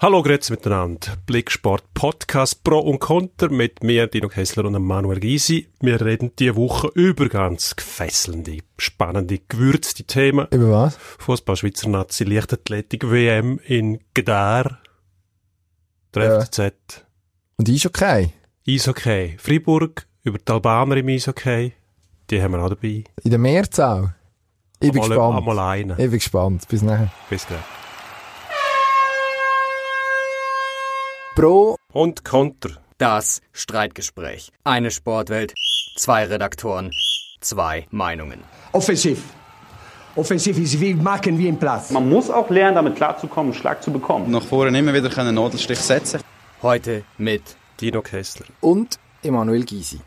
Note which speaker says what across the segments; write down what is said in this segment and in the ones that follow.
Speaker 1: Hallo, grüezi miteinander. Blicksport Podcast Pro und Konter mit mir, Dino Kessler und Manuel Gysi. Wir reden diese Woche über ganz gefesselnde, spannende, gewürzte Themen.
Speaker 2: Über was?
Speaker 1: Fußball Schweizer Nazi, Leichtathletik, WM in Gdar, der
Speaker 2: Ja.
Speaker 1: FCZ,
Speaker 2: Und ist okay.
Speaker 1: Eishockey, Freiburg, über die Albaner im Eishockey. Die haben wir auch dabei.
Speaker 2: In der Mehrzahl. Ich bin
Speaker 1: Einmal-
Speaker 2: gespannt.
Speaker 1: Einmal einen.
Speaker 2: Ich bin gespannt. Bis nachher.
Speaker 1: Bis gleich.
Speaker 2: Pro
Speaker 1: Und Konter.
Speaker 3: Das Streitgespräch. Eine Sportwelt, zwei Redaktoren, zwei Meinungen.
Speaker 4: Offensiv. Offensiv ist wie machen wie im Platz.
Speaker 5: Man muss auch lernen, damit klarzukommen, einen Schlag zu bekommen.
Speaker 6: nach vorne immer wieder einen Nadelstich setzen
Speaker 3: Heute mit
Speaker 1: Dino Kessler.
Speaker 2: und Emanuel Gysi.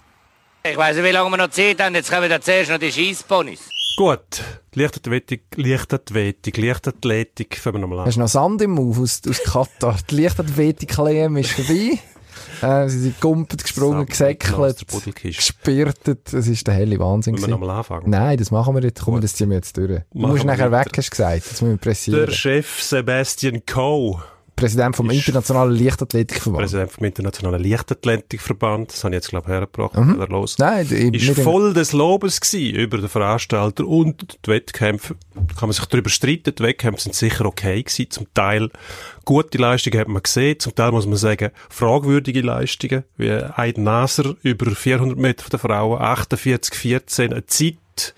Speaker 7: Ich weiß nicht, wie lange wir noch Zeit haben. Jetzt kommen wir zuerst noch die Schießponys.
Speaker 1: Gut. Leichtathletik, Leichtathletik, Leichtathletik. Fangen wir nochmal an.
Speaker 2: Hast du noch Sand im Move aus, aus Katar? Die Leichtathletik-LM ist vorbei. äh, sie sind gumpet, gesprungen,
Speaker 1: Sand mitgenommen aus
Speaker 2: gesäckelt,
Speaker 1: der Pudelkiste.
Speaker 2: gespirtet. Das ist der helle Wahnsinn.
Speaker 1: Wollen wir
Speaker 2: gewesen.
Speaker 1: nochmal anfangen?
Speaker 2: Nein, das machen wir jetzt. Komm, das ziehen wir jetzt durch. Du
Speaker 1: Machen
Speaker 2: musst
Speaker 1: wir
Speaker 2: nachher
Speaker 1: weiter.
Speaker 2: weg, hast du gesagt. Jetzt müssen wir
Speaker 1: Der
Speaker 2: pressieren.
Speaker 1: Chef Sebastian Coe,
Speaker 2: Präsident vom
Speaker 1: ist-
Speaker 2: Internationalen Leichtathletikverband.
Speaker 1: Präsident vom Internationalen Leichtathletikverband, das habe ich jetzt, glaube ich, hergebracht, weil er los.
Speaker 2: Mhm. Nein, ich-
Speaker 1: Ist
Speaker 2: nicht im-
Speaker 1: voll des Lobes gewesen über den Veranstalter und die Wettkämpfe. Da kann man sich darüber streiten. Die Wettkämpfe sind sicher okay gewesen. Zum Teil gute Leistungen hat man gesehen. Zum Teil muss man sagen, fragwürdige Leistungen. Wie ein Naser über 400 Meter von der Frauen, 48-14, eine Zeit,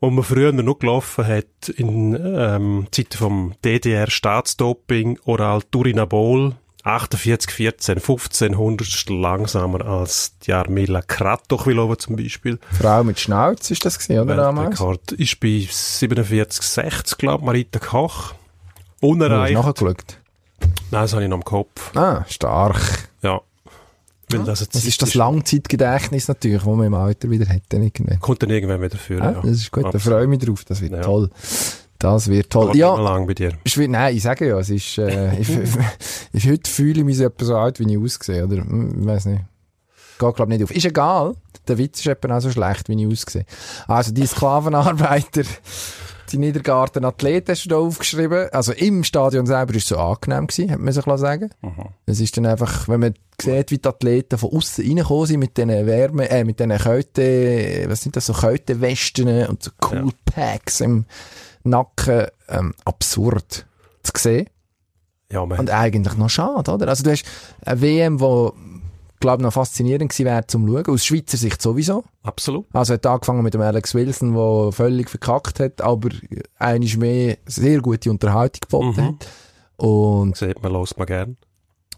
Speaker 1: wo man früher noch gelaufen hat, in ähm, Zeiten vom DDR-Staatsdoping, Oral Turinabol, 48, 14, 15 Hundertstel langsamer als die Armila Kratochvilova zum Beispiel.
Speaker 2: Frau mit Schnauz ist das gewesen, oder damals?
Speaker 1: Weltrekord ist bei 47, 60, glaube ich, Marita Koch.
Speaker 2: Du hast
Speaker 1: Unerreicht. Nein,
Speaker 2: nachgeschaut.
Speaker 1: das habe ich noch im Kopf.
Speaker 2: Ah, stark.
Speaker 1: Ja. Weil das jetzt
Speaker 2: Das ist das Langzeitgedächtnis natürlich, das man im Alter wieder hat. Dann irgendwann.
Speaker 1: Kommt dann irgendwann wieder für.
Speaker 2: Ah,
Speaker 1: Ja.
Speaker 2: das ist gut, da
Speaker 1: Absolut.
Speaker 2: freue ich mich drauf. Das wird
Speaker 1: Ja.
Speaker 2: toll. Das wird
Speaker 1: Dauert
Speaker 2: toll.
Speaker 1: nicht mehr
Speaker 2: Ja,
Speaker 1: lang bei dir.
Speaker 2: es wird, nein, ich sage ja, es ist, äh, ich, ich, heute fühle ich mich so etwa so alt, wie ich aussehe, oder? Hm, Ich weiß nicht. Geht, glaube nicht auf. Ist egal. Der Witz ist etwa auch so schlecht, wie ich aussehe. Also, die Sklavenarbeiter, die Niedergarten Athleten hast du da aufgeschrieben. Also, im Stadion selber war es so angenehm, gewesen, hat man so sagen Es ist dann einfach, wenn man sieht, wie die Athleten von außen reingekommen sind mit diesen Wärme, äh, mit diesen Kälte, was sind das, so Kältewesten und so Cool Packs im Nacken, ähm, absurd zu sehen.
Speaker 1: Ja, man
Speaker 2: Und eigentlich noch schade, oder? Also du hast eine WM, die, glaube noch faszinierend gewesen wäre zum Schauen, aus Schweizer Sicht sowieso.
Speaker 1: absolut.
Speaker 2: Also hat angefangen mit dem Alex Wilson, der völlig verkackt hat, aber einiges mehr sehr gute Unterhaltung geboten
Speaker 1: Mhm.
Speaker 2: hat. Und
Speaker 1: Sieht man, lässt man gern.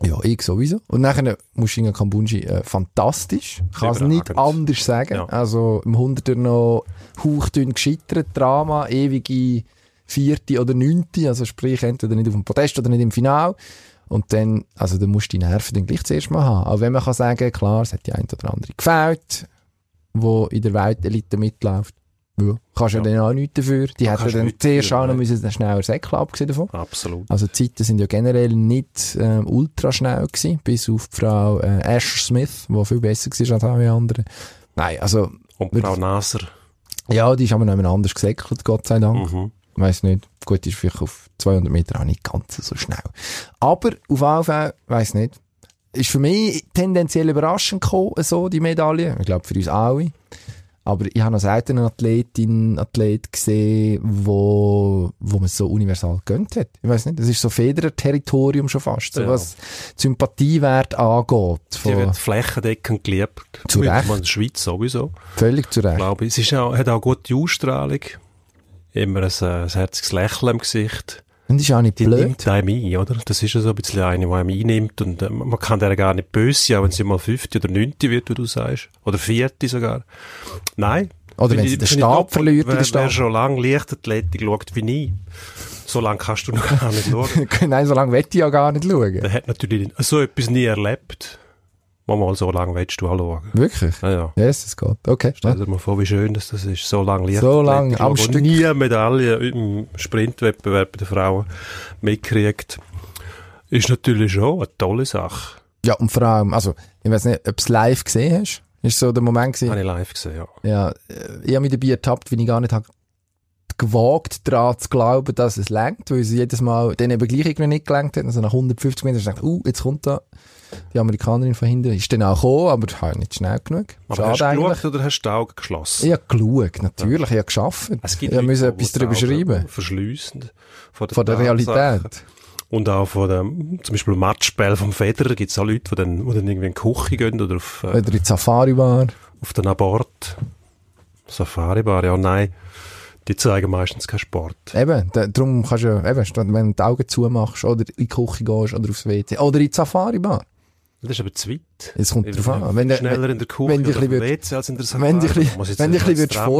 Speaker 2: ja, ich sowieso. Und nachher Mushinga Kambunji, äh, fantastisch. Kann es nicht
Speaker 1: Überragend.
Speaker 2: anders sagen.
Speaker 1: Ja.
Speaker 2: Also im Hunderter noch hauchdünn gescheitert, Drama, ewige Vierte oder Neunte, also sprich entweder nicht auf dem Podest oder nicht im Final. Und dann, also dann musst du die Nerven dann gleich zuerst mal haben. Auch wenn man kann sagen, klar, es hat die ein oder andere gefällt, wo in der Weltelite mitläuft. Ja. Kannst ja,
Speaker 1: Ja.
Speaker 2: dann auch nichts dafür. Die hätten
Speaker 1: kannst
Speaker 2: dann
Speaker 1: nichts
Speaker 2: zuerst
Speaker 1: dafür,
Speaker 2: auch noch
Speaker 1: nein.
Speaker 2: müssen, schneller Säckel abgesehen davon.
Speaker 1: Absolut.
Speaker 2: Also die Zeiten sind ja generell nicht ähm, ultra schnell gewesen, bis auf die Frau äh, Asher Smith, die viel besser war als alle anderen. Nein, also
Speaker 1: Und
Speaker 2: Würde-
Speaker 1: Frau Naser.
Speaker 2: ja, die ist aber noch jemand anders gesäckelt, Gott sei Dank.
Speaker 1: Mhm.
Speaker 2: Weiß nicht, gut, die ist vielleicht auf 200 Meter auch nicht ganz so schnell. Aber auf jeden Fall, weiß nicht, ist für mich tendenziell überraschend gekommen, so die Medaille. Ich glaube für uns alle. Aber ich habe noch selten eine Athletin, Athlet gesehen, wo, wo man es so universal gönnt hat. Ich weiß nicht, das ist so Federer-Territorium schon fast, so
Speaker 1: Ja.
Speaker 2: was die Sympathiewert angeht.
Speaker 1: Die
Speaker 2: Von,
Speaker 1: wird flächendeckend geliebt.
Speaker 2: Zu
Speaker 1: Weil
Speaker 2: Recht.
Speaker 1: Man in der Schweiz sowieso.
Speaker 2: völlig zu Recht.
Speaker 1: glaube ich. Es ist auch, hat auch gute Ausstrahlung. Immer ein, äh, ein herziges Lächeln im Gesicht.
Speaker 2: Und ist auch nicht
Speaker 1: Die
Speaker 2: blöd.
Speaker 1: nimmt einem ein, oder? Das ist ja so ein bisschen eine, die einem einnimmt. Und äh, man kann der gar nicht böse sein, auch wenn sie mal fünfte oder neunte wird, wie du sagst. Oder vierte sogar. Nein.
Speaker 2: Oder wenn sie den Stab verliert in
Speaker 1: Wer,
Speaker 2: der
Speaker 1: wer
Speaker 2: Stadt.
Speaker 1: schon lange Leichtathletik schaut wie nie, so lange kannst du noch gar nicht schauen.
Speaker 2: Nein, so lange will ich ja gar nicht schauen.
Speaker 1: Der hat natürlich so etwas nie erlebt. Mal so lange willst du auch schauen.
Speaker 2: Wirklich?
Speaker 1: Ja, ja.
Speaker 2: Yes, es geht. Okay.
Speaker 1: Stell dir mal vor, wie schön das, das ist. So lange Lied.
Speaker 2: So lange am Stück.
Speaker 1: nie eine Medaille im Sprintwettbewerb bei den Frauen mitkriegt. Ist natürlich schon eine tolle Sache.
Speaker 2: Ja, und vor allem, also, ich weiß nicht, ob du es live gesehen hast. Ist so der Moment gewesen.
Speaker 1: Habe ich live gesehen, ja.
Speaker 2: Ja, äh, ich habe mich dabei ertappt, wie ich gar nicht hab gewagt daran zu glauben, dass es lenkt, weil sie jedes Mal dann eben gleich irgendwie nicht gelenkt hat. Also nach 150 Metern hast du gedacht, uh, jetzt kommt da die Amerikanerin von hinten. Ist dann auch gekommen, aber halt nicht schnell genug.
Speaker 1: Aber hast
Speaker 2: Schade
Speaker 1: du
Speaker 2: eigentlich.
Speaker 1: geschaut oder hast du die Augen geschlossen?
Speaker 2: Ich habe geschaut, natürlich. Ich habe geschafft. Ich
Speaker 1: Leute,
Speaker 2: musste
Speaker 1: die
Speaker 2: etwas
Speaker 1: die
Speaker 2: darüber
Speaker 1: Augen
Speaker 2: schreiben.
Speaker 1: Verschliessen. Von
Speaker 2: Von der
Speaker 1: Tatsache.
Speaker 2: Realität.
Speaker 1: Und auch von dem, zum Beispiel Matchspiel vom Federer gibt es auch Leute, die dann, die dann irgendwie in die Küche gehen oder auf, äh,
Speaker 2: Oder in die Safari war.
Speaker 1: auf den Abort. Safari-Bar, ja, nein. Die zeigen meistens keinen Sport.
Speaker 2: Eben, da, darum kannst du ja, eben, st- wenn du die Augen zumachst oder in die Küche gehst oder aufs WC oder in die Safari-Bar.
Speaker 1: Das ist aber zu weit.
Speaker 2: Es kommt
Speaker 1: Ich
Speaker 2: drauf
Speaker 1: bin
Speaker 2: an. Wenn der-
Speaker 1: schneller in der Küche
Speaker 2: wenn dich
Speaker 1: oder
Speaker 2: ein bisschen
Speaker 1: im WC als in der Safari.
Speaker 2: Wenn du ein bisschen,
Speaker 1: Muss ich jetzt
Speaker 2: wenn du ein
Speaker 1: nicht
Speaker 2: bisschen
Speaker 1: ins Tram steigen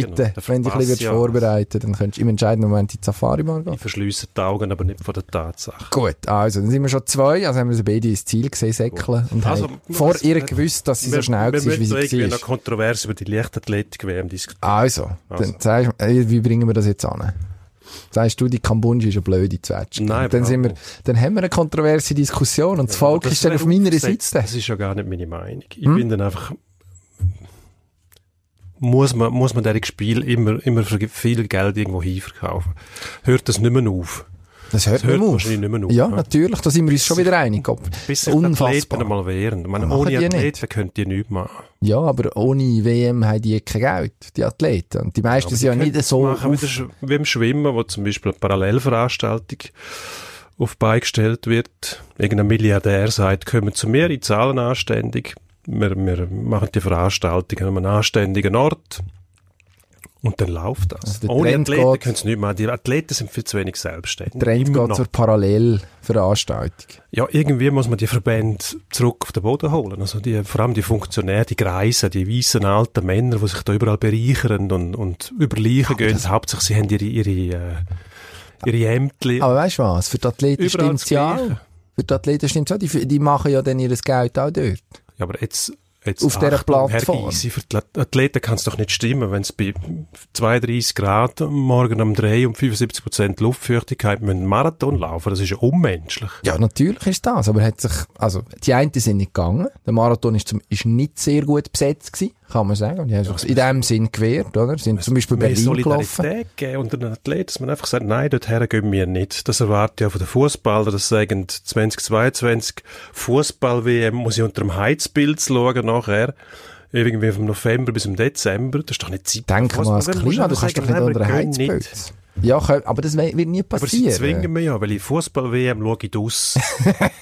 Speaker 2: vorbereiten
Speaker 1: und dann
Speaker 2: würdest, wenn du ein bisschen
Speaker 1: verpasse ich alles.
Speaker 2: vorbereiten dann könntest du im entscheidenden Moment in die Safari-Bar gehen.
Speaker 1: Ich verschliesse die Augen, aber nicht von der Tatsache.
Speaker 2: Gut, also, dann sind wir schon zwei, also haben wir sie beide ins Ziel gesehen, säckeln und
Speaker 1: Also,
Speaker 2: haben vor
Speaker 1: wir-
Speaker 2: ihr gewusst, dass sie so
Speaker 1: Wir-
Speaker 2: schnell war,
Speaker 1: Wir müssen
Speaker 2: wie
Speaker 1: irgendwie
Speaker 2: sie
Speaker 1: noch
Speaker 2: war.
Speaker 1: kontrovers über die Leichtathletik-WM diskutieren.
Speaker 2: Also,
Speaker 1: Also.
Speaker 2: dann sagst du, ey, wie bringen wir das jetzt an? Sagst du, die Kambunji ist eine blöde Zwetschge.
Speaker 1: Nein,
Speaker 2: dann, sind wir,
Speaker 1: bravo.
Speaker 2: dann haben wir eine kontroverse Diskussion und das Volk
Speaker 1: Das
Speaker 2: Ah, ist dann
Speaker 1: wäre
Speaker 2: auf meiner
Speaker 1: aufgesetzt.
Speaker 2: Seite. Hm?
Speaker 1: Das ist ja gar nicht meine Meinung. Ich bin dann einfach... Muss man, muss man diesem Spiel immer, immer für viel Geld irgendwo hinverkaufen? Hört das nicht mehr auf?
Speaker 2: Das hört,
Speaker 1: Das hört
Speaker 2: nicht mehr auf.
Speaker 1: wahrscheinlich nicht mehr auf,
Speaker 2: Ja,
Speaker 1: ne?
Speaker 2: natürlich, da sind wir uns schon wieder einig. ob-
Speaker 1: Bis sich die Athleten
Speaker 2: Unfassbar.
Speaker 1: einmal wehren. Ich meine,
Speaker 2: Machen
Speaker 1: ohne
Speaker 2: die nicht.
Speaker 1: Athleten könnt ihr nichts machen.
Speaker 2: Ja, aber ohne WM haben die kein Geld, die Athleten. Und die meisten sind ja
Speaker 1: Könnt
Speaker 2: nicht so.
Speaker 1: Machen, wie, der
Speaker 2: auf-
Speaker 1: Sch- wie im Schwimmen, wo zum Beispiel eine Parallelveranstaltung auf die Beine gestellt wird. Irgendein Milliardär sagt, kommen zu mir, ich zahle anständig. Wir, wir machen die Veranstaltung an einem anständigen Ort. Und dann läuft das.
Speaker 2: Also der
Speaker 1: Ohne
Speaker 2: Trend
Speaker 1: Athleten
Speaker 2: geht-
Speaker 1: können es nicht machen. Die Athleten sind viel zu wenig selbstständig.
Speaker 2: Trend
Speaker 1: Immer
Speaker 2: geht
Speaker 1: noch.
Speaker 2: zur Parallelveranstaltung.
Speaker 1: Ja, irgendwie muss man die Verbände zurück auf den Boden holen. Also die, vor allem die Funktionäre, die Greisen, die weißen alten Männer, die sich da überall bereichern und, und über Leichen gehen. Hauptsächlich, sie haben ihre, ihre, äh, ihre Ämter.
Speaker 2: Aber weißt du was? Für die Athleten
Speaker 1: Überall
Speaker 2: stimmt's
Speaker 1: das
Speaker 2: ja
Speaker 1: Gleiche.
Speaker 2: auch. Für die Athleten stimmt's ja. Die, f- die machen ja dann ihr Geld auch dort.
Speaker 1: Ja, aber jetzt, jetzt
Speaker 2: Auf dieser
Speaker 1: Achtung, Herr
Speaker 2: Plattform.
Speaker 1: Gysi, für die At- Athleten kann es doch nicht stimmen, wenn es bei 32 Grad am morgen um 3 und 75 Prozent Luftfeuchtigkeit müssen einen Marathon laufen. Das ist ja unmenschlich.
Speaker 2: Ja, natürlich ist das. Aber hat sich, also, die einen sind nicht gegangen. Der Marathon ist, zum, ist nicht sehr gut besetzt gewesen, kann man sagen. Die haben sich in dem Sinn gewehrt, oder? Sind zum Beispiel
Speaker 1: mehr
Speaker 2: Berlin gelaufen.
Speaker 1: Solidarität geben unter den Athleten, dass man einfach sagt, nein, dorthin gehen wir nicht. Das erwarte ich auch von den Fußballern, das sagen 2022 Fußball-WM, muss ich unter dem Heizbild schauen nachher. Irgendwie vom November bis im Dezember, das ist doch nicht Zeit.
Speaker 2: Denk mal ans
Speaker 1: Fußball- Muss
Speaker 2: Klima,
Speaker 1: man
Speaker 2: du kannst doch
Speaker 1: sagen,
Speaker 2: nicht
Speaker 1: nein,
Speaker 2: unter
Speaker 1: wir
Speaker 2: den
Speaker 1: gehen nicht.
Speaker 2: Heizpilz. Ja, kö- aber das we- wird nie
Speaker 1: Aber sie
Speaker 2: passieren.
Speaker 1: zwingen mich ja, weil ich Fußball-WM schaue ich aus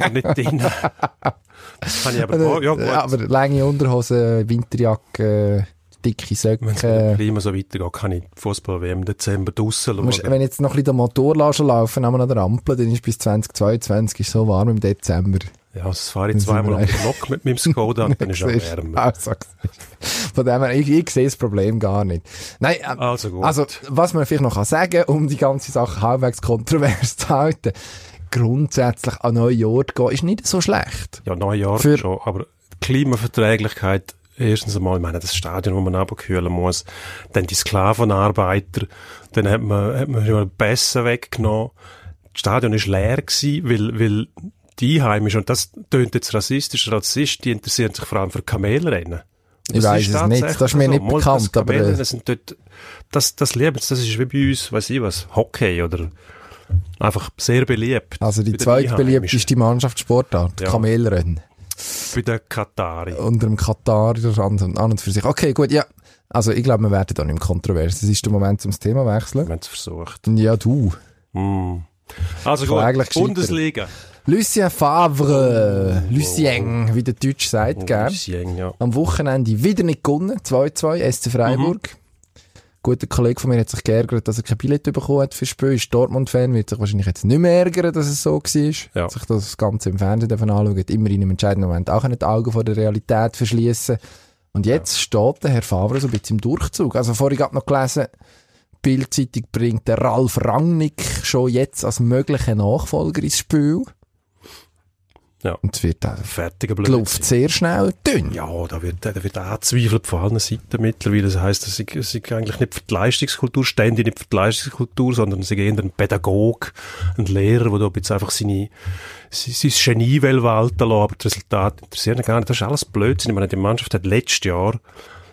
Speaker 1: und nicht drin. Kann ich aber,
Speaker 2: Oder-
Speaker 1: morgen- ja gut,
Speaker 2: ja, Also, äh, aber lange Unterhose, Winterjacke, dicke
Speaker 1: wenn es mit dem
Speaker 2: Söcke.
Speaker 1: Klima so weitergeht, kann ich Fußball-WM im Dezember draussen schauen.
Speaker 2: Musst, wenn jetzt noch ein bisschen den Motor lassen laufen an der Ampel, dann ist bis 2022 ist so warm im Dezember.
Speaker 1: ja, also, das fahre ich
Speaker 2: Dann sind
Speaker 1: zweimal
Speaker 2: wir
Speaker 1: am Block mit meinem Skoda und dann ist es
Speaker 2: Siehst-
Speaker 1: auch wärmer.
Speaker 2: Also, von dem her, ich, ich sehe das Problem gar nicht. Nein, äh,
Speaker 1: Also gut.
Speaker 2: also was man vielleicht noch kann sagen um die ganze Sache halbwegs kontrovers zu halten, grundsätzlich an neue Orte gehen, ist nicht so schlecht.
Speaker 1: Ja, neun Jahre
Speaker 2: Für-
Speaker 1: schon, aber die Klimaverträglichkeit, erstens einmal, ich meine, das Stadion, wo man runterkühlen muss, dann die Sklavenarbeiter, dann hat man, hat man schon Pässe weggenommen. Das Stadion war leer, gewesen, weil, weil die Einheimischen, und das tönt jetzt rassistisch, Rassist, die interessieren sich vor allem für Kamelrennen. Und
Speaker 2: Ich weiss es
Speaker 1: tatsächlich
Speaker 2: nicht, das ist mir nicht
Speaker 1: Mal,
Speaker 2: bekannt,
Speaker 1: das
Speaker 2: aber,
Speaker 1: Kamelrennen
Speaker 2: äh,
Speaker 1: sind dort, das, das lieben sie, das ist wie bei uns, weiss ich was, Hockey oder einfach sehr beliebt.
Speaker 2: Also die
Speaker 1: Bei den Einheimischen,
Speaker 2: zweitbeliebteste Mannschaftssportart,
Speaker 1: Ja.
Speaker 2: Kamelrennen.
Speaker 1: Bei den Katari.
Speaker 2: unter dem Katar an, an und für sich. Okay, gut, ja. Also ich glaube, wir werden da nicht mehr kontrovers. Das ist der Moment, um das Thema zu wechseln.
Speaker 1: Wir haben es versucht.
Speaker 2: Ja, du.
Speaker 1: Also
Speaker 2: Kann eigentlich
Speaker 1: gut,
Speaker 2: gescheitert.
Speaker 1: Ah, Bundesliga.
Speaker 2: Lucien
Speaker 1: Oh,
Speaker 2: Favre, Lucien, wie der Deutsch sagt, gell?
Speaker 1: Jeng, ja.
Speaker 2: Am Wochenende wieder nicht gewonnen, 2-2, SC Freiburg.
Speaker 1: Mhm.
Speaker 2: Guter Kollege von mir hat sich geärgert, dass er kein Billett bekommen hat fürs Spiel. Ist Dortmund-Fan, wird sich wahrscheinlich jetzt nicht mehr ärgern, dass es so war.
Speaker 1: Ja.
Speaker 2: Hat Sich das Ganze im Fernsehen davon anschauen, immerhin im entscheidenden Moment auch nicht die Augen vor der Realität verschließen. Und jetzt steht der Herr Favre so ein bisschen im Durchzug. Also vorhin gerade noch gelesen, die Bildzeitung bringt den Ralf Rangnick schon jetzt als möglichen Nachfolger ins Spiel.
Speaker 1: Ja.
Speaker 2: Und es wird auch
Speaker 1: Fertiger
Speaker 2: die
Speaker 1: Blödsinn.
Speaker 2: Luft sehr schnell dünn.
Speaker 1: Ja, da wird, da wird angezweifelt von allen Seiten mittlerweile. Das heisst, dass ich, dass ich eigentlich nicht für die Leistungskultur stände, nicht für die Leistungskultur, sondern sie eher ein Pädagog, ein Lehrer, der da jetzt einfach seine, sein, sein Genie will walten lassen, aber die Resultate interessieren ihn gar nicht. Das ist alles Blödsinn. Ich meine, die Mannschaft hat letztes Jahr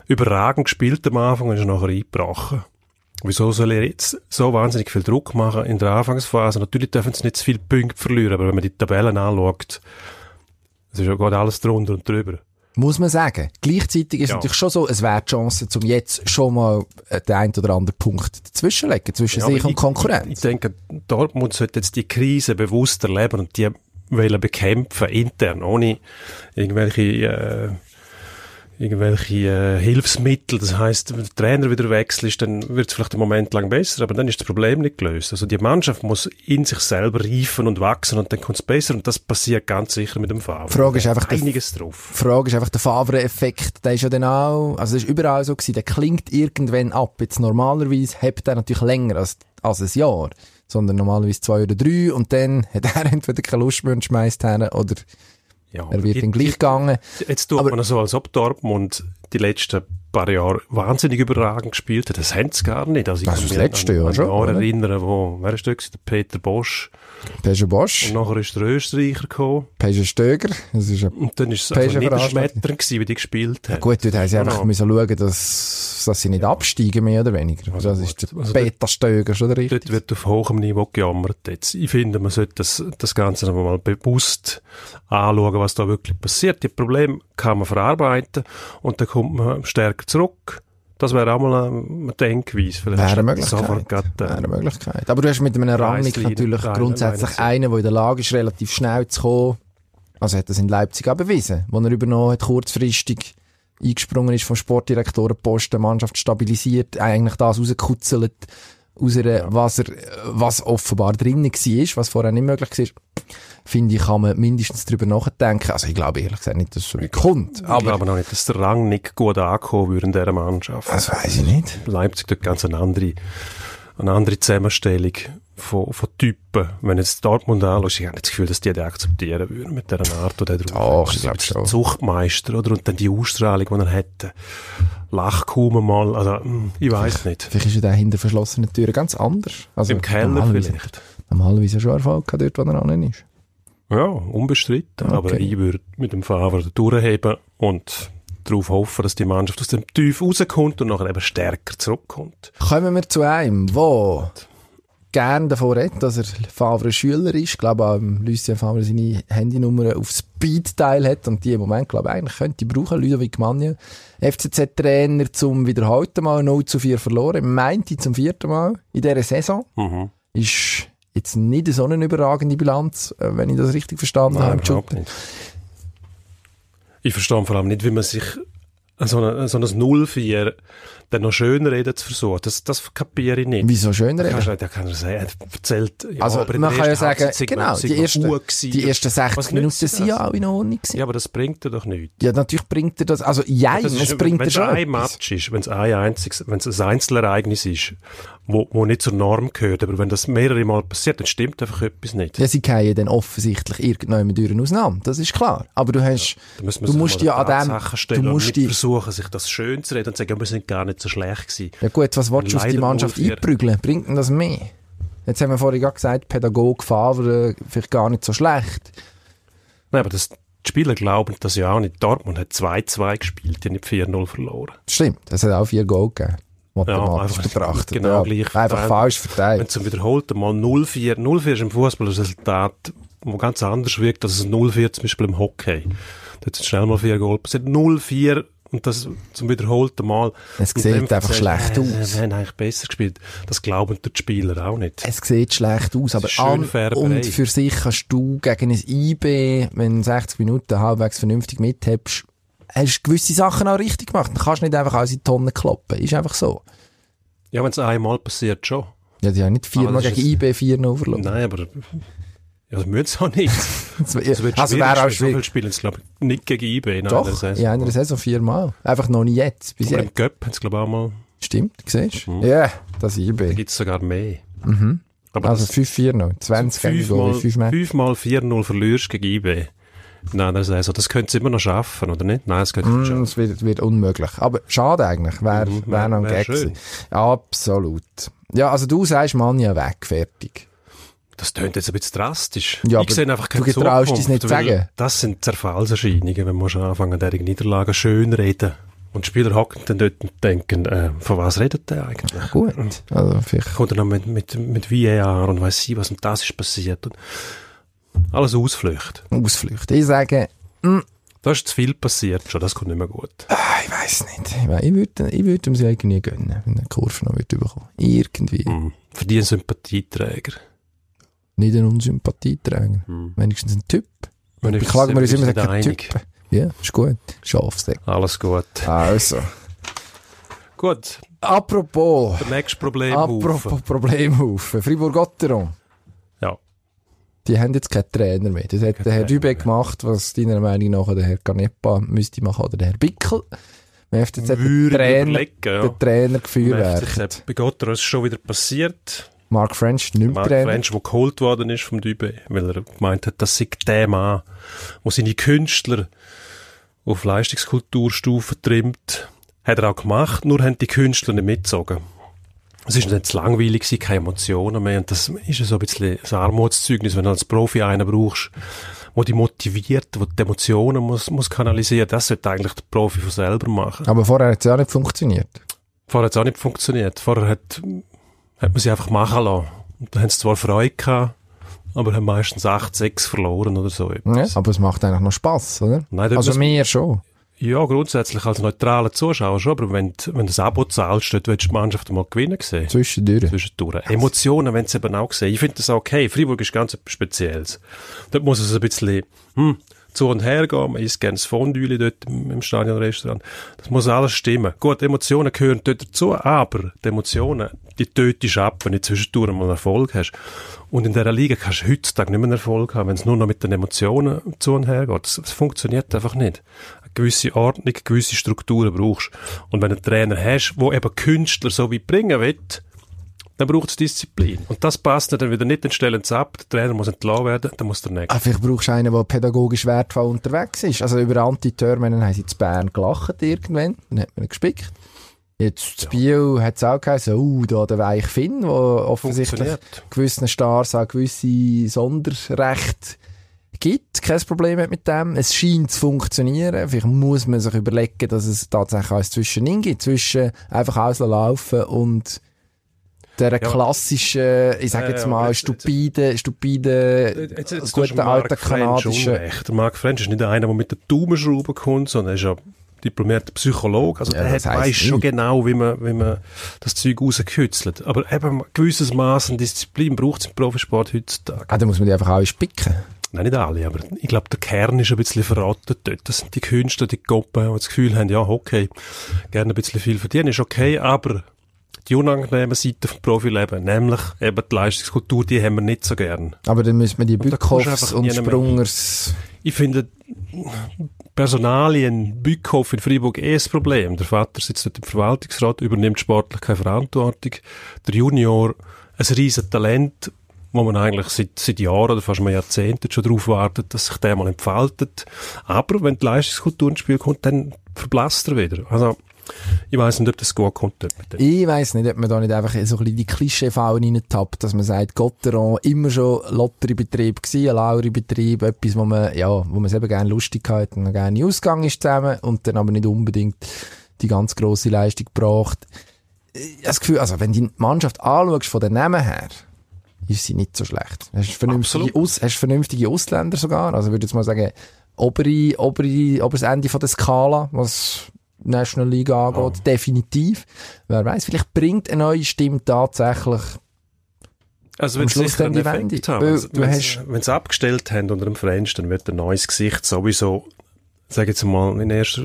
Speaker 1: überragend gespielt am Anfang und ist nachher eingebrochen. Wieso soll er jetzt so wahnsinnig viel Druck machen in der Anfangsphase? Natürlich dürfen sie nicht zu viele Punkte verlieren, aber wenn man die Tabellen anschaut, es ist ja gerade alles drunter und drüber.
Speaker 2: Muss man sagen. Gleichzeitig ist
Speaker 1: Ja.
Speaker 2: natürlich schon so, es wäre die Chance, um jetzt schon mal äh, den einen oder anderen Punkt dazwischenlegen, zwischen
Speaker 1: Ja,
Speaker 2: sich
Speaker 1: aber
Speaker 2: und Konkurrenz.
Speaker 1: Ich, ich denke, Dortmund sollte jetzt die Krise bewusst erleben und die wollen bekämpfen, intern, ohne irgendwelche, äh, irgendwelche äh, Hilfsmittel. Das heißt, wenn der Trainer wieder wechselt, dann wird es vielleicht einen Moment lang besser, aber dann ist das Problem nicht gelöst. Also die Mannschaft muss in sich selber reifen und wachsen und dann kommt es besser und das passiert ganz sicher mit dem Favre.
Speaker 2: Frage ist einfach, der-
Speaker 1: Einiges drauf.
Speaker 2: Die Frage ist einfach, der Favre-Effekt, der ist ja dann auch, also das ist überall so gewesen, der klingt irgendwann ab. Jetzt normalerweise hebt er natürlich länger als, als ein Jahr, sondern normalerweise zwei oder drei und dann hat er entweder keine Lust mehr und schmeißt her oder
Speaker 1: Ja,
Speaker 2: er wird
Speaker 1: ich-
Speaker 2: dann gleich gegangen.
Speaker 1: Jetzt tut
Speaker 2: Aber-
Speaker 1: man so, als ob Dortmund die letzten paar Jahre wahnsinnig überragend gespielt hat. Das haben sie gar nicht. Also ich
Speaker 2: Das
Speaker 1: kann
Speaker 2: ist
Speaker 1: mich
Speaker 2: das letzte
Speaker 1: an,
Speaker 2: Jahr
Speaker 1: an
Speaker 2: schon,
Speaker 1: Jahre
Speaker 2: oder?
Speaker 1: erinnern, wo, wer ist der gewesen? Der Peter Bosch.
Speaker 2: Pesche Bosch,
Speaker 1: Und nachher ist der Österreicher gekommen.
Speaker 2: Pesche Stöger, das ist ja
Speaker 1: Und dann ist es
Speaker 2: Peter
Speaker 1: also nicht
Speaker 2: Veranstaltung.
Speaker 1: Schmettern gewesen, wie die gespielt haben.
Speaker 2: gut, dort haben sie einfach
Speaker 1: Genau.
Speaker 2: müssen schauen, dass, dass sie nicht absteigen, mehr oder weniger.
Speaker 1: Also
Speaker 2: das
Speaker 1: gut.
Speaker 2: ist der
Speaker 1: Also
Speaker 2: Peter Stöger, schon der
Speaker 1: Dort
Speaker 2: richtige.
Speaker 1: wird auf hohem Niveau gejammert jetzt. Ich finde, man sollte das, das Ganze noch mal bewusst anschauen, was da wirklich passiert. Die Probleme kann man verarbeiten und dann kommt man stärker zurück. Das wäre auch mal eine Denkweise. Vielleicht
Speaker 2: Wäre eine
Speaker 1: statt sofort gerade,
Speaker 2: Möglichkeit.
Speaker 1: äh,
Speaker 2: Wäre eine Möglichkeit. Aber du hast mit einem Rangnick
Speaker 1: Kreislinie,
Speaker 2: natürlich
Speaker 1: Teile,
Speaker 2: grundsätzlich
Speaker 1: Teile.
Speaker 2: einen, der in der Lage ist, relativ schnell zu kommen. Also hat das in Leipzig auch bewiesen, wo er übernommen hat, kurzfristig eingesprungen ist vom Sportdirektorenposten, Mannschaft stabilisiert, eigentlich das rausgekutzelt, aus einer, was, er, was offenbar drin war, was vorher nicht möglich war. Finde ich, kann man mindestens darüber nachdenken. Also ich glaube ehrlich gesagt nicht, dass es so weit kommt.
Speaker 1: Ich
Speaker 2: Aber
Speaker 1: glaube noch nicht, dass der Rang nicht gut angekommen würde in dieser Mannschaft.
Speaker 2: das Also weiß ich nicht.
Speaker 1: Leipzig hat ganz eine andere, eine andere Zusammenstellung von, von Typen. Wenn jetzt Dortmund anschaust, ich habe nicht das Gefühl, dass die das akzeptieren würden mit dieser Art, oder der
Speaker 2: Doch, ich glaub schon.
Speaker 1: der Zuchtmeister, oder? Und dann die Ausstrahlung, die er hätte. Lach kaum mal, also, mm, ich weiß nicht.
Speaker 2: Vielleicht ist ja der hinter verschlossenen Türen ganz anders. Also
Speaker 1: Im Keller
Speaker 2: normalerweise-
Speaker 1: vielleicht.
Speaker 2: Normalerweise schon Erfolg gehabt, dort, wo er an ist.
Speaker 1: Ja, unbestritten. Aber ich würde mit dem Favre durchheben und darauf hoffen, dass die Mannschaft aus dem Tief rauskommt und nachher eben stärker zurückkommt.
Speaker 2: Kommen wir zu einem, wo gern davon redet, dass er Favre Schüler ist. Ich glaube, ähm, Lucien Favre seine Handynummer auf Speed-Teil hat und die im Moment, glaube ich, eigentlich könnte ich brauchen. Ludovic Manja, FCZ-Trainer zum wiederholten Mal 0 zu 4 verloren. Meinte zum vierten Mal in dieser Saison.
Speaker 1: Mhm.
Speaker 2: Ist jetzt nicht so eine überragende Bilanz, äh, wenn ich das richtig verstanden habe. im
Speaker 1: Ah, überhaupt
Speaker 2: Schuppen.
Speaker 1: nicht. Ich verstehe vor allem nicht, wie man sich so ein, so ein 0-4 dann noch schön reden zu versuchen. Das, das kapiere ich nicht.
Speaker 2: Wieso schön
Speaker 1: Da
Speaker 2: reden?
Speaker 1: kannst du- da kann er sagen, er erzählt, ja,
Speaker 2: Also
Speaker 1: aber in
Speaker 2: man
Speaker 1: der
Speaker 2: kann ja
Speaker 1: ersten
Speaker 2: sagen,
Speaker 1: Halbzeit sind wir-
Speaker 2: genau,
Speaker 1: sind
Speaker 2: die
Speaker 1: wir
Speaker 2: ersten,
Speaker 1: gut gewesen.
Speaker 2: die ersten
Speaker 1: Was
Speaker 2: 60 Minuten
Speaker 1: nützt
Speaker 2: sind
Speaker 1: das?
Speaker 2: ja auch in Ordnung gewesen.
Speaker 1: Ja, aber das bringt er doch nichts.
Speaker 2: Ja, natürlich bringt er das. Also, jein,
Speaker 1: Das
Speaker 2: es
Speaker 1: ist,
Speaker 2: bringt
Speaker 1: wenn
Speaker 2: er
Speaker 1: es
Speaker 2: schon.
Speaker 1: ein
Speaker 2: etwas.
Speaker 1: Match ist, wenn es ein einziges, wenn es ein Einzelereignis ist, wo, wo nicht zur Norm gehört, aber wenn das mehrere Mal passiert, dann stimmt einfach etwas nicht.
Speaker 2: Ja, sie fallen dann offensichtlich irgendwann mit Türen auseinander. Das ist klar. Aber du hast,
Speaker 1: Da müssen wir
Speaker 2: du
Speaker 1: sich
Speaker 2: musst
Speaker 1: mal
Speaker 2: ja an
Speaker 1: Tatsachen
Speaker 2: dem,
Speaker 1: stellen
Speaker 2: du
Speaker 1: und
Speaker 2: musst
Speaker 1: nicht
Speaker 2: die,
Speaker 1: versuchen, sich das schön zu reden und zu sagen, ja, wir sind gar nicht so schlecht gewesen.
Speaker 2: ja gut, was willst du auf die
Speaker 1: Leider
Speaker 2: Mannschaft
Speaker 1: wohl für-
Speaker 2: einprügeln? Bringt denn das mehr? Jetzt haben wir vorhin gerade gesagt, Pädagog, Favre, äh, vielleicht gar nicht so schlecht.
Speaker 1: Nein, aber das, die Spieler glauben das ja auch nicht. Dortmund hat 2-2 gespielt, die haben nicht 4-0 verloren.
Speaker 2: Stimmt, es hat auch vier Goal gegeben. Mathematisch
Speaker 1: einfach
Speaker 2: betrachtet.
Speaker 1: genau
Speaker 2: ja,
Speaker 1: gleich
Speaker 2: einfach
Speaker 1: verteilt.
Speaker 2: falsch
Speaker 1: Wenn
Speaker 2: verteilt.
Speaker 1: zum wiederholten Mal 0-4, 0-4 ist im Fußball ein Resultat, wo ganz anders wirkt als ein 0-4 zum Beispiel im Hockey. Dort sind schnell mal 4 Goal passiert. 0-4 und das zum wiederholten Mal.
Speaker 2: Es
Speaker 1: Und
Speaker 2: sieht
Speaker 1: dann
Speaker 2: einfach
Speaker 1: erzählt,
Speaker 2: schlecht
Speaker 1: äh,
Speaker 2: aus.
Speaker 1: Wir haben eigentlich besser gespielt. Das glauben die Spieler auch nicht.
Speaker 2: Es sieht schlecht aus, aber
Speaker 1: ist schön
Speaker 2: an
Speaker 1: Färberei.
Speaker 2: und für sich kannst du gegen ein IB, wenn du 60 Minuten halbwegs vernünftig mithebst, hast du gewisse Sachen auch richtig gemacht. Dann kannst du nicht einfach alles in die Tonne kloppen. Ist einfach so.
Speaker 1: Ja, wenn es einmal passiert, schon.
Speaker 2: Ja, die haben nicht viermal
Speaker 1: Aber das
Speaker 2: gegen
Speaker 1: ist
Speaker 2: IB 4-0 verloren.
Speaker 1: Nein, aber ja, das müssen sie auch nicht.
Speaker 2: Das wär-
Speaker 1: Es wird
Speaker 2: also
Speaker 1: schwierig,
Speaker 2: wäre auch
Speaker 1: weil So viel
Speaker 2: schwierig.
Speaker 1: spielen sie, glaube ich, nicht gegen IB. in einer
Speaker 2: Doch,
Speaker 1: Saison.
Speaker 2: in einer Saison viermal. Einfach noch nicht jetzt, bis
Speaker 1: Aber Mhm.
Speaker 2: jetzt.
Speaker 1: im Cup haben sie, glaube ich, auch mal,
Speaker 2: Stimmt, siehst du? Ja, das IB.
Speaker 1: gibt es sogar mehr. Aber
Speaker 2: Also
Speaker 1: also
Speaker 2: 5-4 noch. 20 gegen
Speaker 1: fünfmal,
Speaker 2: Goal, 5 Matches.
Speaker 1: fünfmal 4-0 verlierst gegen IB in einer Saison, das können sie immer noch schaffen, oder nicht? Nein, das können sie nicht
Speaker 2: Mm,
Speaker 1: schaffen.
Speaker 2: Es wird, wird unmöglich. Aber schade eigentlich. Wäre
Speaker 1: Mhm, wär-
Speaker 2: wär noch ein
Speaker 1: wär
Speaker 2: Gag
Speaker 1: schön.
Speaker 2: gewesen. Absolut. Ja, also du sagst Manja weg, fertig.
Speaker 1: Das tönt jetzt ein bisschen drastisch.
Speaker 2: Ja,
Speaker 1: ich
Speaker 2: aber
Speaker 1: sehe einfach
Speaker 2: du
Speaker 1: keine
Speaker 2: getraust
Speaker 1: Zukunft,
Speaker 2: dich nicht
Speaker 1: weil
Speaker 2: sagen.
Speaker 1: Das sind Zerfallserscheinungen, wenn man schon anfangen, an dieser Niederlage schön reden. Und die Spieler hocken dann dort und denken, äh, von was redet der eigentlich?
Speaker 2: Gut. Also vielleicht.
Speaker 1: Kommt er noch mit, mit, mit VAR und weiss ich was und das ist passiert. Und alles Ausflüchte.
Speaker 2: Ausflüchte. Ich sage,
Speaker 1: Da ist zu viel passiert schon, das kommt nicht mehr gut.
Speaker 2: ah, ich weiß nicht. Ich, weiss, ich würde ich würd ihm sie irgendwie gönnen, wenn er die Kurve noch würde bekommen. Irgendwie.
Speaker 1: Mhm. Für die ein Sympathieträger.
Speaker 2: Nicht einen Unsympathieträger.
Speaker 1: Mhm.
Speaker 2: Wenigstens ein Typ.
Speaker 1: Wenigstens
Speaker 2: Beklagen wir uns
Speaker 1: sind
Speaker 2: immer,
Speaker 1: wir
Speaker 2: sagen kein
Speaker 1: uns nicht
Speaker 2: Typ. Ja, ist gut. Schafsäck.
Speaker 1: Alles gut.
Speaker 2: Also.
Speaker 1: Gut,
Speaker 2: Apropos.
Speaker 1: nächstes Problem.
Speaker 2: Apropos Problemhaufen. Fribourg-Gotteron.
Speaker 1: Ja.
Speaker 2: Die haben jetzt keinen Trainer mehr. Das hat der Herr Rübe gemacht, was deiner Meinung nach der Herr Canepa müsste machen oder der Herr Bickel. Im FCZ hat der
Speaker 1: Würde
Speaker 2: Trainer,
Speaker 1: überlegen, ja.
Speaker 2: der Trainer gefeuerwerkt.
Speaker 1: Bei Gotteron ist es schon wieder passiert.
Speaker 2: Mark French nicht mehr
Speaker 1: Mark
Speaker 2: Trainer.
Speaker 1: French, der geholt worden ist vom Dübe, weil er gemeint hat, das sei der Mann, der seine Künstler auf Leistungskulturstufen trimmt. Hat er auch gemacht, nur haben die Künstler nicht mitgezogen. Es ist nicht zu langweilig, gewesen, keine Emotionen mehr. Und das ist ja so ein bisschen ein Armutszeugnis, wenn du als Profi einen brauchst, der dich motiviert, der die Emotionen muss, muss kanalisieren. Das sollte eigentlich der Profi von selber machen.
Speaker 2: Aber vorher hat es ja auch nicht funktioniert.
Speaker 1: Vorher hat es auch nicht funktioniert. Vorher hat, hat man sie einfach machen lassen. Und dann haben sie zwar Freude gehabt, aber haben meistens 8, 6 verloren oder so.
Speaker 2: Ja,
Speaker 1: etwas.
Speaker 2: aber es macht eigentlich noch Spass, oder?
Speaker 1: Nein, dort
Speaker 2: also
Speaker 1: muss-
Speaker 2: mir schon.
Speaker 1: Ja, grundsätzlich als neutraler Zuschauer schon, aber wenn, du- wenn du das Abo zahlst, dort willst du die Mannschaft mal gewinnen sehen.
Speaker 2: Zwischendurch.
Speaker 1: Zwischendurch. Emotionen, wenn sie eben auch sehen. Ich finde das auch okay. Freiburg ist ganz etwas Spezielles. Dort muss es ein bisschen hm, zu und her gehen. Man isst gerne das Fondue dort im im Stadionrestaurant. Das muss alles stimmen. Gut, Emotionen gehören dort dazu, aber die Emotionen, die tötest du ab, wenn du zwischendurch mal einen Erfolg hast. Und in dieser Liga kannst du heutzutage nicht mehr einen Erfolg haben, wenn es nur noch mit den Emotionen zu und her geht. Das, das funktioniert einfach nicht. Eine gewisse Ordnung, gewisse Strukturen brauchst. Und wenn du einen Trainer hast, der eben Künstler so weit bringen will, dann braucht es Disziplin. Und das passt dann wieder nicht, dann stellen sie ab, der Trainer muss entlassen werden, dann muss der nächste.
Speaker 2: Ah, vielleicht brauchst du einen, der pädagogisch wertvoll unterwegs ist. Also über Antitürmen haben sie in Bern gelacht irgendwann, dann hat man ihn gespickt. Jetzt in Biel hat es auch geheißen, uh, da der Weich Finn, der offensichtlich
Speaker 1: Funktioniert.
Speaker 2: gewissen Stars auch gewisse Sonderrechte gibt. Kein Problem hat mit dem. Es scheint zu funktionieren. Vielleicht muss man sich überlegen, dass es tatsächlich auch ein Zwischending gibt. Zwischen einfach auslaufen und der klassischen, ich sage
Speaker 1: Ja,
Speaker 2: jetzt
Speaker 1: ja,
Speaker 2: mal,
Speaker 1: aber jetzt- jetzt-
Speaker 2: stupide,
Speaker 1: Äh,
Speaker 2: stupide, guten alten kanadischen.
Speaker 1: Der Mark French ist nicht einer, der mit der Daumenschraube kommt, sondern er ist ja diplomierter Psychologe. Also
Speaker 2: Ja,
Speaker 1: der
Speaker 2: das
Speaker 1: hat,
Speaker 2: heisst
Speaker 1: weiss schon
Speaker 2: nicht.
Speaker 1: genau, wie man, wie man das Zeug rauskützelt. Aber eben ein gewisses Maß an Disziplin braucht es im Profisport heutzutage.
Speaker 2: Ah, da muss man die einfach auch spicken.
Speaker 1: Nein, nicht alle, aber ich glaube, der Kern ist ein bisschen verraten dort. Das sind die Künstler, die Gruppen, die das Gefühl haben, ja, okay, gerne ein bisschen viel verdienen, ist okay, aber die unangenehme Seite vom Profileben, nämlich eben die Leistungskultur, die haben wir nicht so gern.
Speaker 2: Aber dann müssen wir die
Speaker 1: da kommst du
Speaker 2: Bütkoffs
Speaker 1: einfach
Speaker 2: und
Speaker 1: nie mehr
Speaker 2: Sprungers.
Speaker 1: Ich finde, Personalien, Bückhoff in Freiburg eh das Problem. Der Vater sitzt dort im Verwaltungsrat, übernimmt sportlich keine Verantwortung. Der Junior, ein riesen Talent, wo man eigentlich seit, seit Jahren oder fast mal Jahrzehnten schon darauf wartet, dass sich der mal entfaltet. Aber wenn die Leistungskultur ins Spiel kommt, dann verblasst er wieder. Also, ich weiß nicht, ob das gut kommt dort mit dem.
Speaker 2: Ich weiss nicht, ob man da nicht einfach so ein bisschen die Klischeefallen reintappt, dass man sagt, Gotteron, immer schon Lotteriebetrieb gewesen, ein Lauribetrieb, etwas, wo man, ja, wo man eben gerne lustig hat und gerne in Ausgang ist zusammen und dann aber nicht unbedingt die ganz grosse Leistung gebracht. Ich habe das Gefühl, also, wenn du die Mannschaft anschaust von den Namen her, ist sie nicht so schlecht. Hast vernünftige,
Speaker 1: Absolut.
Speaker 2: Aus, hast vernünftige Ausländer sogar. Also würde ich jetzt mal sagen, obere, obere, oberes Ende von der Skala, was National League angeht, definitiv. Wer weiß, vielleicht bringt eine neue Stimme tatsächlich.
Speaker 1: Also
Speaker 2: Am
Speaker 1: wird
Speaker 2: Schluss
Speaker 1: sicher
Speaker 2: dann
Speaker 1: einen
Speaker 2: die
Speaker 1: Effekt
Speaker 2: Wende.
Speaker 1: haben.
Speaker 2: Weil
Speaker 1: Also,
Speaker 2: du
Speaker 1: wenn
Speaker 2: hast-
Speaker 1: sie- Wenn sie abgestellt haben unter dem French, dann wird ein neues Gesicht sowieso, sage jetzt mal, in erster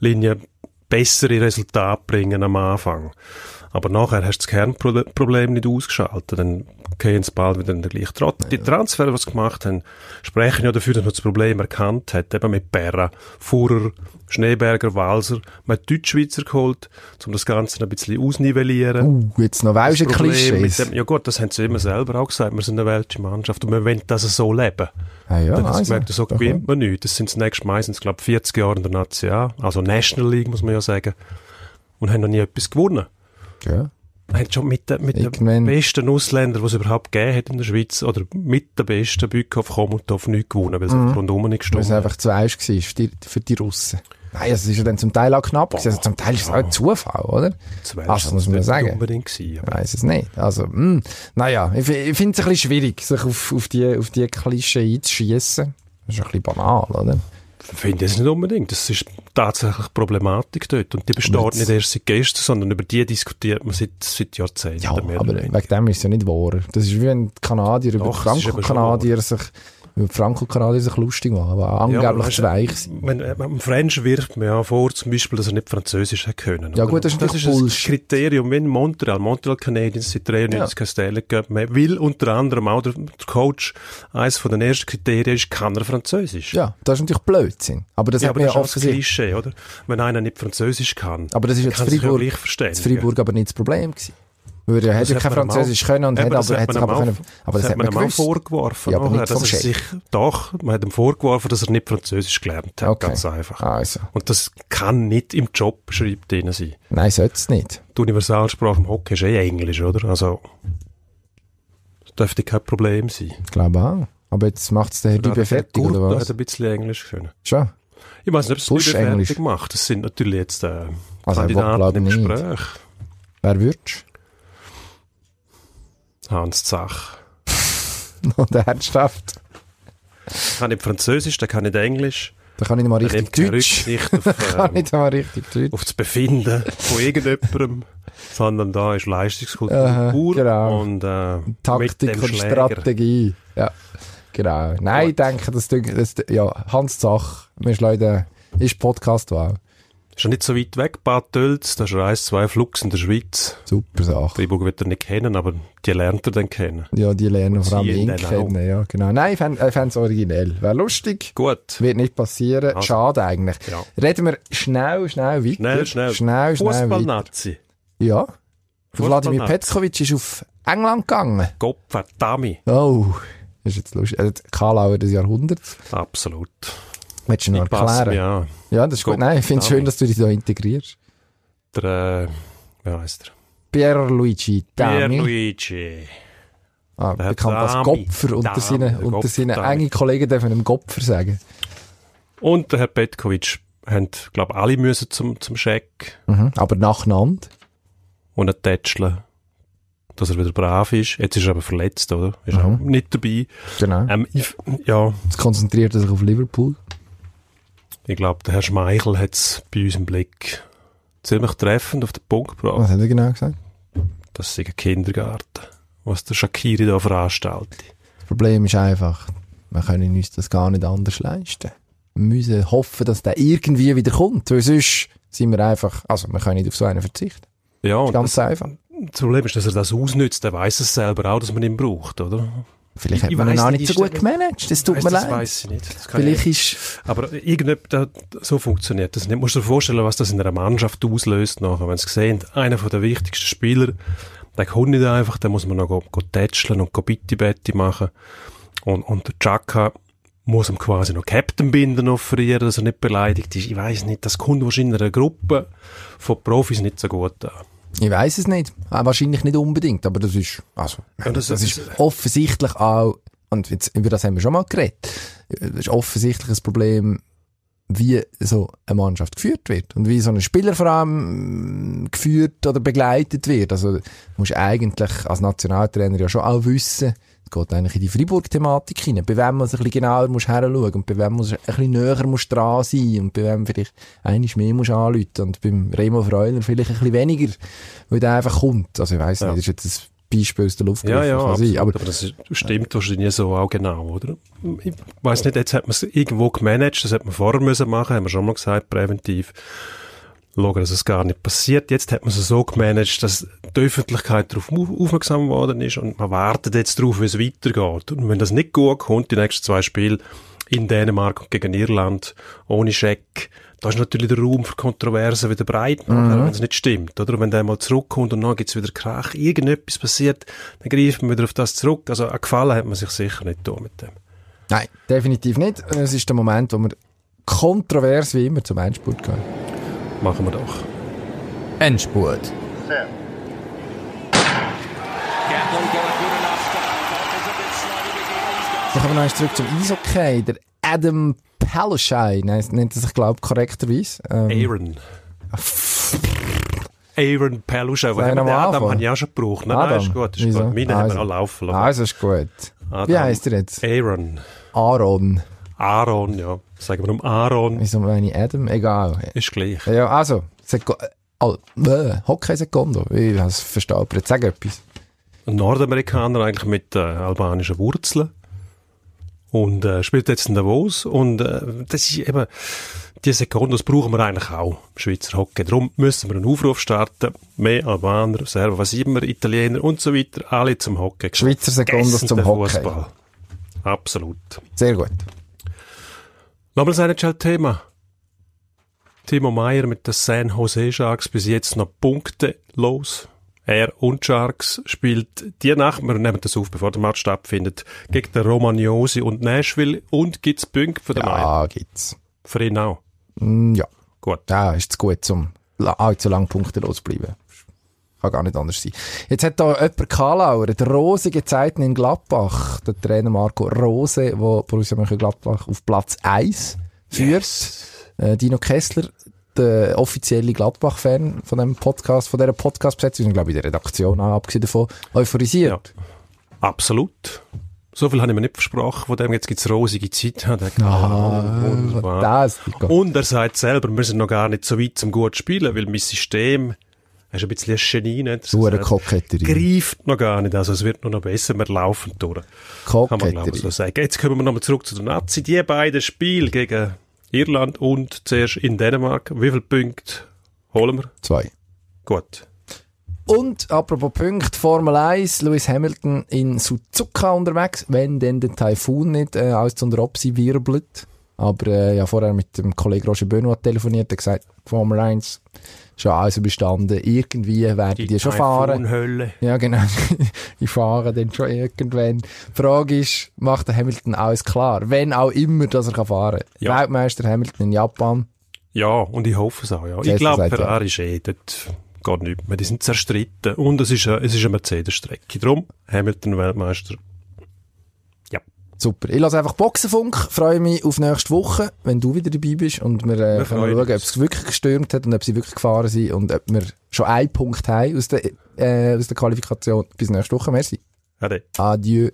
Speaker 1: Linie bessere Resultate bringen am Anfang. Aber nachher hast du das Kernproblem nicht ausgeschaltet, dann gehen sie bald wieder in den gleichen Trott. Die Transfer, die sie gemacht haben, sprechen ja dafür, dass man das Problem erkannt hat, eben mit Berra, Fuhrer, Schneeberger, Walser. Man hat Deutschschweizer geholt, um das Ganze ein bisschen ausnivellieren.
Speaker 2: Uh, jetzt noch welche
Speaker 1: Problem mit
Speaker 2: Klischees.
Speaker 1: dem, ja gut, das haben sie immer selber auch gesagt, wir sind eine welche Mannschaft und wir wollen das so leben.
Speaker 2: Ah, ja,
Speaker 1: Dann haben sie
Speaker 2: also,
Speaker 1: gemerkt, so
Speaker 2: da
Speaker 1: gewinnt man nicht. Das sind das nächste meistens, glaube ich, 40 Jahre in der Nazi A, also National League, muss man ja sagen, und haben noch nie etwas gewonnen.
Speaker 2: Ja.
Speaker 1: Haben schon mit, den- mit
Speaker 2: Irgendwann-
Speaker 1: den besten Ausländern, die es überhaupt gegeben hat in der Schweiz, oder mit den besten Bückhoff, Komutow, nichts gewonnen, weil sie rundherum nicht
Speaker 2: Mhm. Weil es
Speaker 1: gestorben
Speaker 2: einfach zu weich war für die, für die Russen. Nein, es ist ja dann zum Teil auch knapp. gewesen. Also zum Teil ist es auch ein Zufall, oder?
Speaker 1: Zuerst
Speaker 2: Also, das muss man ja
Speaker 1: nicht
Speaker 2: sagen.
Speaker 1: unbedingt gewesen.
Speaker 2: Ich weiß es nicht. Also, mh, naja, ich, ich finde es ein bisschen schwierig, sich auf, auf die, auf die Klischee einzuschiessen. Das ist ein bisschen banal, oder?
Speaker 1: Ich finde es nicht unbedingt. Das ist tatsächlich Problematik dort. Und die besteht
Speaker 2: jetzt-
Speaker 1: nicht erst seit gestern, sondern über die diskutiert man seit, seit Jahrzehnten.
Speaker 2: Ja,
Speaker 1: mehr
Speaker 2: aber
Speaker 1: oder weniger.
Speaker 2: wegen dem ist es ja nicht wahr. Das ist wie wenn die Kanadier über
Speaker 1: Doch,
Speaker 2: die
Speaker 1: es ist eben schon
Speaker 2: Franco-Kanadier sich, über die Franco-Kanadier sich lustig machen, aber
Speaker 1: Ja, aber
Speaker 2: angeblich
Speaker 1: weißt
Speaker 2: zu
Speaker 1: du,
Speaker 2: weich sind.
Speaker 1: Man, äh, man- French wirft mir ja vor, zum Beispiel, dass er nicht Französisch hätte können.
Speaker 2: Ja,
Speaker 1: oder?
Speaker 2: gut, das ist
Speaker 1: das
Speaker 2: natürlich
Speaker 1: ist ein
Speaker 2: Bullshit.
Speaker 1: Kriterium wie in Montreal. Montreal Canadiens seit 93 ja. Stellen gegeben. Man will unter anderem auch der der Coach, eines von den ersten Kriterien ist, kann er Französisch?
Speaker 2: Ja, das ist natürlich Blödsinn. Aber das
Speaker 1: Ja,
Speaker 2: hat
Speaker 1: aber
Speaker 2: man
Speaker 1: das
Speaker 2: ja
Speaker 1: ist auch das
Speaker 2: offensichtlich.
Speaker 1: Klischee, oder? Wenn einer nicht Französisch kann,
Speaker 2: Aber das ist jetzt
Speaker 1: kann sich ja
Speaker 2: Fribourg,
Speaker 1: gleich
Speaker 2: in
Speaker 1: verständigen.
Speaker 2: Fribourg aber nicht das Problem gewesen. Weil er hat ja
Speaker 1: hat
Speaker 2: kein
Speaker 1: man ihm
Speaker 2: Französisch
Speaker 1: auch-
Speaker 2: können und
Speaker 1: Eben,
Speaker 2: hat aber, hat sich
Speaker 1: man ihm
Speaker 2: aber
Speaker 1: auch-
Speaker 2: können, aber das hat man
Speaker 1: ihm auch
Speaker 2: gewusst.
Speaker 1: vorgeworfen. Oh,
Speaker 2: Ja, aber
Speaker 1: nachher,
Speaker 2: nicht vom
Speaker 1: dass er
Speaker 2: Chef.
Speaker 1: sich, doch, man hat ihm vorgeworfen, dass er nicht Französisch gelernt hat.
Speaker 2: Okay.
Speaker 1: Ganz einfach.
Speaker 2: Also.
Speaker 1: Und das kann nicht im Job, schreibt ihnen sein.
Speaker 2: Nein, sollte es nicht.
Speaker 1: Die Universalsprache im Hockey ist eh Englisch, oder? Also, das dürfte kein Problem sein.
Speaker 2: Ich glaube auch. Aber jetzt macht es der Herr Dübe fertig,
Speaker 1: Gurt
Speaker 2: oder
Speaker 1: hat
Speaker 2: was?
Speaker 1: ein bisschen Englisch können.
Speaker 2: Schon.
Speaker 1: Ich weiß nicht, ob es
Speaker 2: Busch
Speaker 1: Dübe
Speaker 2: Englisch.
Speaker 1: fertig macht. Das sind natürlich jetzt äh,
Speaker 2: Also, er will,
Speaker 1: Kandidaten im
Speaker 2: glaub ich, nicht.
Speaker 1: Gespräch.
Speaker 2: Wer würdest
Speaker 1: Hans Zach.
Speaker 2: Und ernsthaft.
Speaker 1: Der kann nicht Französisch, der kann nicht Englisch.
Speaker 2: Da kann ich nicht mal
Speaker 1: Der
Speaker 2: richtig
Speaker 1: nimmt keine
Speaker 2: Deutsch.
Speaker 1: Rücksicht auf,
Speaker 2: Kann
Speaker 1: ähm,
Speaker 2: ich nicht mal richtig Deutsch.
Speaker 1: auf das Befinden von irgendjemandem, sondern da ist Leistungskultur
Speaker 2: Aha,
Speaker 1: pur
Speaker 2: genau.
Speaker 1: und äh, mit
Speaker 2: Taktik
Speaker 1: dem
Speaker 2: und
Speaker 1: Schläger.
Speaker 2: Strategie. Ja. Genau. Nein, ich denke, das, das ja, Hans Zach, wir schleuden, ist Podcast wow.
Speaker 1: Ist ja nicht so weit weg, Bad Tölz, da ist er eins, zwei Flux in der Schweiz.
Speaker 2: Super Sache.
Speaker 1: Freiburg wird er nicht kennen, aber die lernt er dann kennen.
Speaker 2: Ja, die lernen vor allem
Speaker 1: sie ihn
Speaker 2: Ink
Speaker 1: dann auch.
Speaker 2: kennen, ja, genau. Nein, ich fände es originell. Wäre lustig,
Speaker 1: Gut.
Speaker 2: wird nicht passieren,
Speaker 1: Also.
Speaker 2: schade eigentlich.
Speaker 1: Ja.
Speaker 2: Reden wir schnell, schnell weiter.
Speaker 1: Schnell, schnell.
Speaker 2: Schnell, schnell weiter.
Speaker 1: Fußballnazi.
Speaker 2: Ja, Der Vladimir
Speaker 1: Fußballnazi.
Speaker 2: Petkovic ist auf England gegangen.
Speaker 1: Gopferdami.
Speaker 2: Oh, das ist jetzt lustig. Also, die Kalauer des Jahrhunderts.
Speaker 1: Absolut.
Speaker 2: Willst du noch
Speaker 1: Ich passe mich
Speaker 2: erklären?
Speaker 1: an.
Speaker 2: Ja, das ist gut.
Speaker 1: Gott,
Speaker 2: Nein, ich finde es
Speaker 1: Dami.
Speaker 2: schön, dass du dich da integrierst.
Speaker 1: Der, äh, wie heisst er?
Speaker 2: Pierluigi Dami,
Speaker 1: Pierluigi.
Speaker 2: ah,
Speaker 1: Der
Speaker 2: bekannt als
Speaker 1: Dami.
Speaker 2: Gopfer unter
Speaker 1: Dami,
Speaker 2: seinen,
Speaker 1: der
Speaker 2: unter
Speaker 1: Gopfer
Speaker 2: seinen
Speaker 1: Dami.
Speaker 2: engen Kollegen, dürfen ihm Gopfer sagen.
Speaker 1: Und der Herr Petkovic haben, glaube ich, alle müssen zum, zum Scheck
Speaker 2: Mhm. Aber nacheinander.
Speaker 1: und einen Tätscheln, dass er wieder brav ist. Jetzt ist er aber verletzt, oder? Ist auch
Speaker 2: Mhm.
Speaker 1: nicht dabei.
Speaker 2: Genau.
Speaker 1: Ähm, ich, ja,
Speaker 2: Jetzt konzentriert er sich auf Liverpool.
Speaker 1: ich glaube, der Herr Schmeichel hat es bei uns im Blick ziemlich treffend auf den Punkt gebracht.
Speaker 2: Was hat er genau gesagt?
Speaker 1: Das ist ein Kindergarten, was der Shakiri da veranstaltet.
Speaker 2: Das Problem ist einfach, wir können uns das gar nicht anders leisten. Wir müssen hoffen, dass der irgendwie wieder kommt, weil sonst sind wir einfach, also wir können nicht auf so einen verzichten.
Speaker 1: Ja, und das,
Speaker 2: Ganz einfach.
Speaker 1: das Problem ist, dass er das ausnützt. Er weiß es selber auch, dass man ihn braucht, oder?
Speaker 2: Vielleicht hat
Speaker 1: ich
Speaker 2: man ihn
Speaker 1: weiss
Speaker 2: auch
Speaker 1: nicht,
Speaker 2: nicht so
Speaker 1: ist
Speaker 2: gut
Speaker 1: der-
Speaker 2: gemanagt, das tut
Speaker 1: Weiss,
Speaker 2: mir
Speaker 1: das
Speaker 2: leid.
Speaker 1: weiß ich nicht. Das kann
Speaker 2: Vielleicht
Speaker 1: ich,
Speaker 2: ist,
Speaker 1: aber irgendjemand, da, so funktioniert das nicht. Musst du dir vorstellen, was das in einer Mannschaft auslöst nachher, wenn sie sehen, einer von der wichtigsten Spieler, der kommt nicht einfach, da muss man noch go- go tätscheln und go bitti-betti machen. Und, und der Chaka muss ihm quasi noch Captain binden offerieren, dass er nicht beleidigt ist. Ich weiß nicht, das kommt wahrscheinlich einer Gruppe von Profis nicht so gut an.
Speaker 2: ich weiß es nicht, Ah, wahrscheinlich nicht unbedingt, aber das ist, also,
Speaker 1: Ja, das-
Speaker 2: das ist offensichtlich auch, und jetzt, über das haben wir schon mal geredet, das ist offensichtlich ein Problem, wie so eine Mannschaft geführt wird und wie so ein Spieler vor allem mm, geführt oder begleitet wird. Also du musst eigentlich als Nationaltrainer ja schon auch wissen, es geht eigentlich in die Freiburg-Thematik hinein, bei wem man ein bisschen genauer muss heranschauen und bei wem man ein bisschen näher muss dran sein und bei wem vielleicht einiges mehr muss anrufen und beim Remo Freuler vielleicht ein bisschen weniger, weil der einfach kommt. Also ich weiss nicht, das ist jetzt ein Beispiel aus der Luft
Speaker 1: Ja,
Speaker 2: gegriffen,
Speaker 1: ja,
Speaker 2: kann
Speaker 1: absolut,
Speaker 2: sein,
Speaker 1: aber,
Speaker 2: aber
Speaker 1: das ist- stimmt wahrscheinlich so auch genau, oder? Ich weiß nicht, jetzt hat man es irgendwo gemanagt, das hat man vorher müssen machen, haben wir schon mal gesagt, präventiv. Schauen, dass es gar nicht passiert. Jetzt hat man es so gemanagt, dass die Öffentlichkeit darauf au- aufmerksam geworden ist und man wartet jetzt darauf, wie es weitergeht. Und wenn das nicht gut kommt, die nächsten zwei Spiele in Dänemark und gegen Irland, ohne Scheck, da ist natürlich der Raum für Kontroversen wieder breit, nachher, wenn es nicht stimmt. Oder? Und Wenn der mal zurückkommt und dann gibt es wieder Krach, irgendetwas passiert, dann greift man wieder auf das zurück. Also einen Gefallen hat man sich sicher nicht da mit dem.
Speaker 2: nein, definitiv nicht. Es ist der Moment, wo wir kontrovers wie immer zum Endspurt gehen.
Speaker 1: Machen wir doch.
Speaker 3: Endspurt.
Speaker 2: Dann kommen wir noch eins zurück zum Eishockey. Der Adam Palashai, nennt er sich, glaube ich, korrekterweise. Ähm,
Speaker 1: Aaron. Aaron Peluschau.
Speaker 2: Soll ich
Speaker 1: Den
Speaker 2: noch mal
Speaker 1: Adam
Speaker 2: anfangen?
Speaker 1: habe ich auch schon gebraucht. ne? Nein, nein, ist gut. Ist
Speaker 2: Wieso?
Speaker 1: gut. Meine haben
Speaker 2: also,
Speaker 1: wir noch laufen lassen.
Speaker 2: Also ist gut. Wie
Speaker 1: Adam.
Speaker 2: heisst er jetzt?
Speaker 1: Aaron.
Speaker 2: Aaron.
Speaker 1: Aaron, ja. Sagen wir um Aaron.
Speaker 2: Wieso meine ich Adam? Egal.
Speaker 1: Ist gleich.
Speaker 2: Ja, also, Seko oh, bäh, Hockey Sekondo. Ich habe es verstolpert. Sag etwas.
Speaker 1: Ein Nordamerikaner eigentlich mit äh, albanischen Wurzeln. Und äh, spielt jetzt in Davos. Und äh, das ist eben, die Sekundos brauchen wir eigentlich auch im Schweizer Hockey. Darum müssen wir einen Aufruf starten. Mehr Albaner, Serben, was immer, Italiener und so weiter. Alle zum Hockey.
Speaker 2: Schweizer Sekundos
Speaker 1: Vergessen
Speaker 2: zum
Speaker 1: den
Speaker 2: Hockey.
Speaker 1: Fußball. Absolut.
Speaker 2: Sehr gut.
Speaker 1: Nochmal das NHL-Thema. Timo Meyer mit den San Jose Sharks bis jetzt noch Punkte los. Er und Sharks spielt die Nacht, wir nehmen das auf, bevor der Match stattfindet, gegen den Romagnosi und Nashville und gibt's Punkte für den Meyer.
Speaker 2: Ah, gibt's.
Speaker 1: Für ihn auch.
Speaker 2: Mm, Ja.
Speaker 1: Gut.
Speaker 2: Ja, ist zu gut, um la- allzu lange punktelos zu bleiben. Kann gar nicht anders sein. Jetzt hat da jemand Kalauer, die rosige Zeiten in Gladbach, der Trainer Marco Rose, wo Borussia Mönchengladbach auf Platz 1 führt. Äh, Dino Kessler, der offizielle Gladbach-Fan von dem Podcast, von dieser Podcast-Besetzung, wir sind, glaube ich, in der Redaktion auch abgesehen davon, euphorisiert.
Speaker 1: Absolut. So viel habe ich mir nicht versprochen, von dem jetzt gibt's rosige Zeit. hat er gesagt.
Speaker 2: Ah,
Speaker 1: Wunderbar.
Speaker 2: Das, die Gott.
Speaker 1: Und er sagt selber, wir sind noch gar nicht so weit zum gut zu spielen, weil mein System, er ist ein bisschen ein Genie, nennt er es.
Speaker 2: Hure
Speaker 1: Er sagt,
Speaker 2: Koketterie.
Speaker 1: Greift noch gar nicht, also es wird nur noch besser, wir laufen durch. Kann man glaube ich so
Speaker 2: Koketterie.
Speaker 1: sagen. Jetzt kommen wir nochmal zurück zu den Nazi. Die beiden Spiele gegen Irland und zuerst in Dänemark. Wie viele Punkte holen wir?
Speaker 2: Zwei.
Speaker 1: Gut.
Speaker 2: Und apropos Punkt, Formel 1, Lewis Hamilton in Suzuka unterwegs, wenn denn der Taifun nicht äh, aus unter Opsi wirbelt. Aber äh, ja, vorher mit dem Kollegen Roger Benoit telefoniert, der gesagt, Formel 1 schon alles bestanden, irgendwie werden die, schon fahren.
Speaker 1: Hölle.
Speaker 2: Ja, genau. die fahren dann schon irgendwann. Die Frage ist, macht der Hamilton alles klar? Wenn auch immer, dass er kann fahren kann.
Speaker 1: Ja.
Speaker 2: Weltmeister Hamilton in Japan.
Speaker 1: Ja, und ich hoffe es auch. Ja. Ich
Speaker 2: Jetzt
Speaker 1: glaube,
Speaker 2: sagt er.
Speaker 1: Ferrari ist eh dort gar nicht mehr. Die sind zerstritten. Und es ist, eine- es ist eine Mercedes-Strecke. Darum Hamilton Weltmeister.
Speaker 2: Super. Ich lasse einfach Boxenfunk, freue mich auf nächste Woche, wenn du wieder dabei bist und wir, äh,
Speaker 1: Wir
Speaker 2: können
Speaker 1: freuen
Speaker 2: schauen, ob
Speaker 1: uns.
Speaker 2: es wirklich gestürmt hat und ob sie wirklich gefahren sind und ob wir schon einen Punkt haben aus der, äh, aus der Qualifikation. Bis nächste Woche, merci.
Speaker 1: Ade.
Speaker 2: Adieu.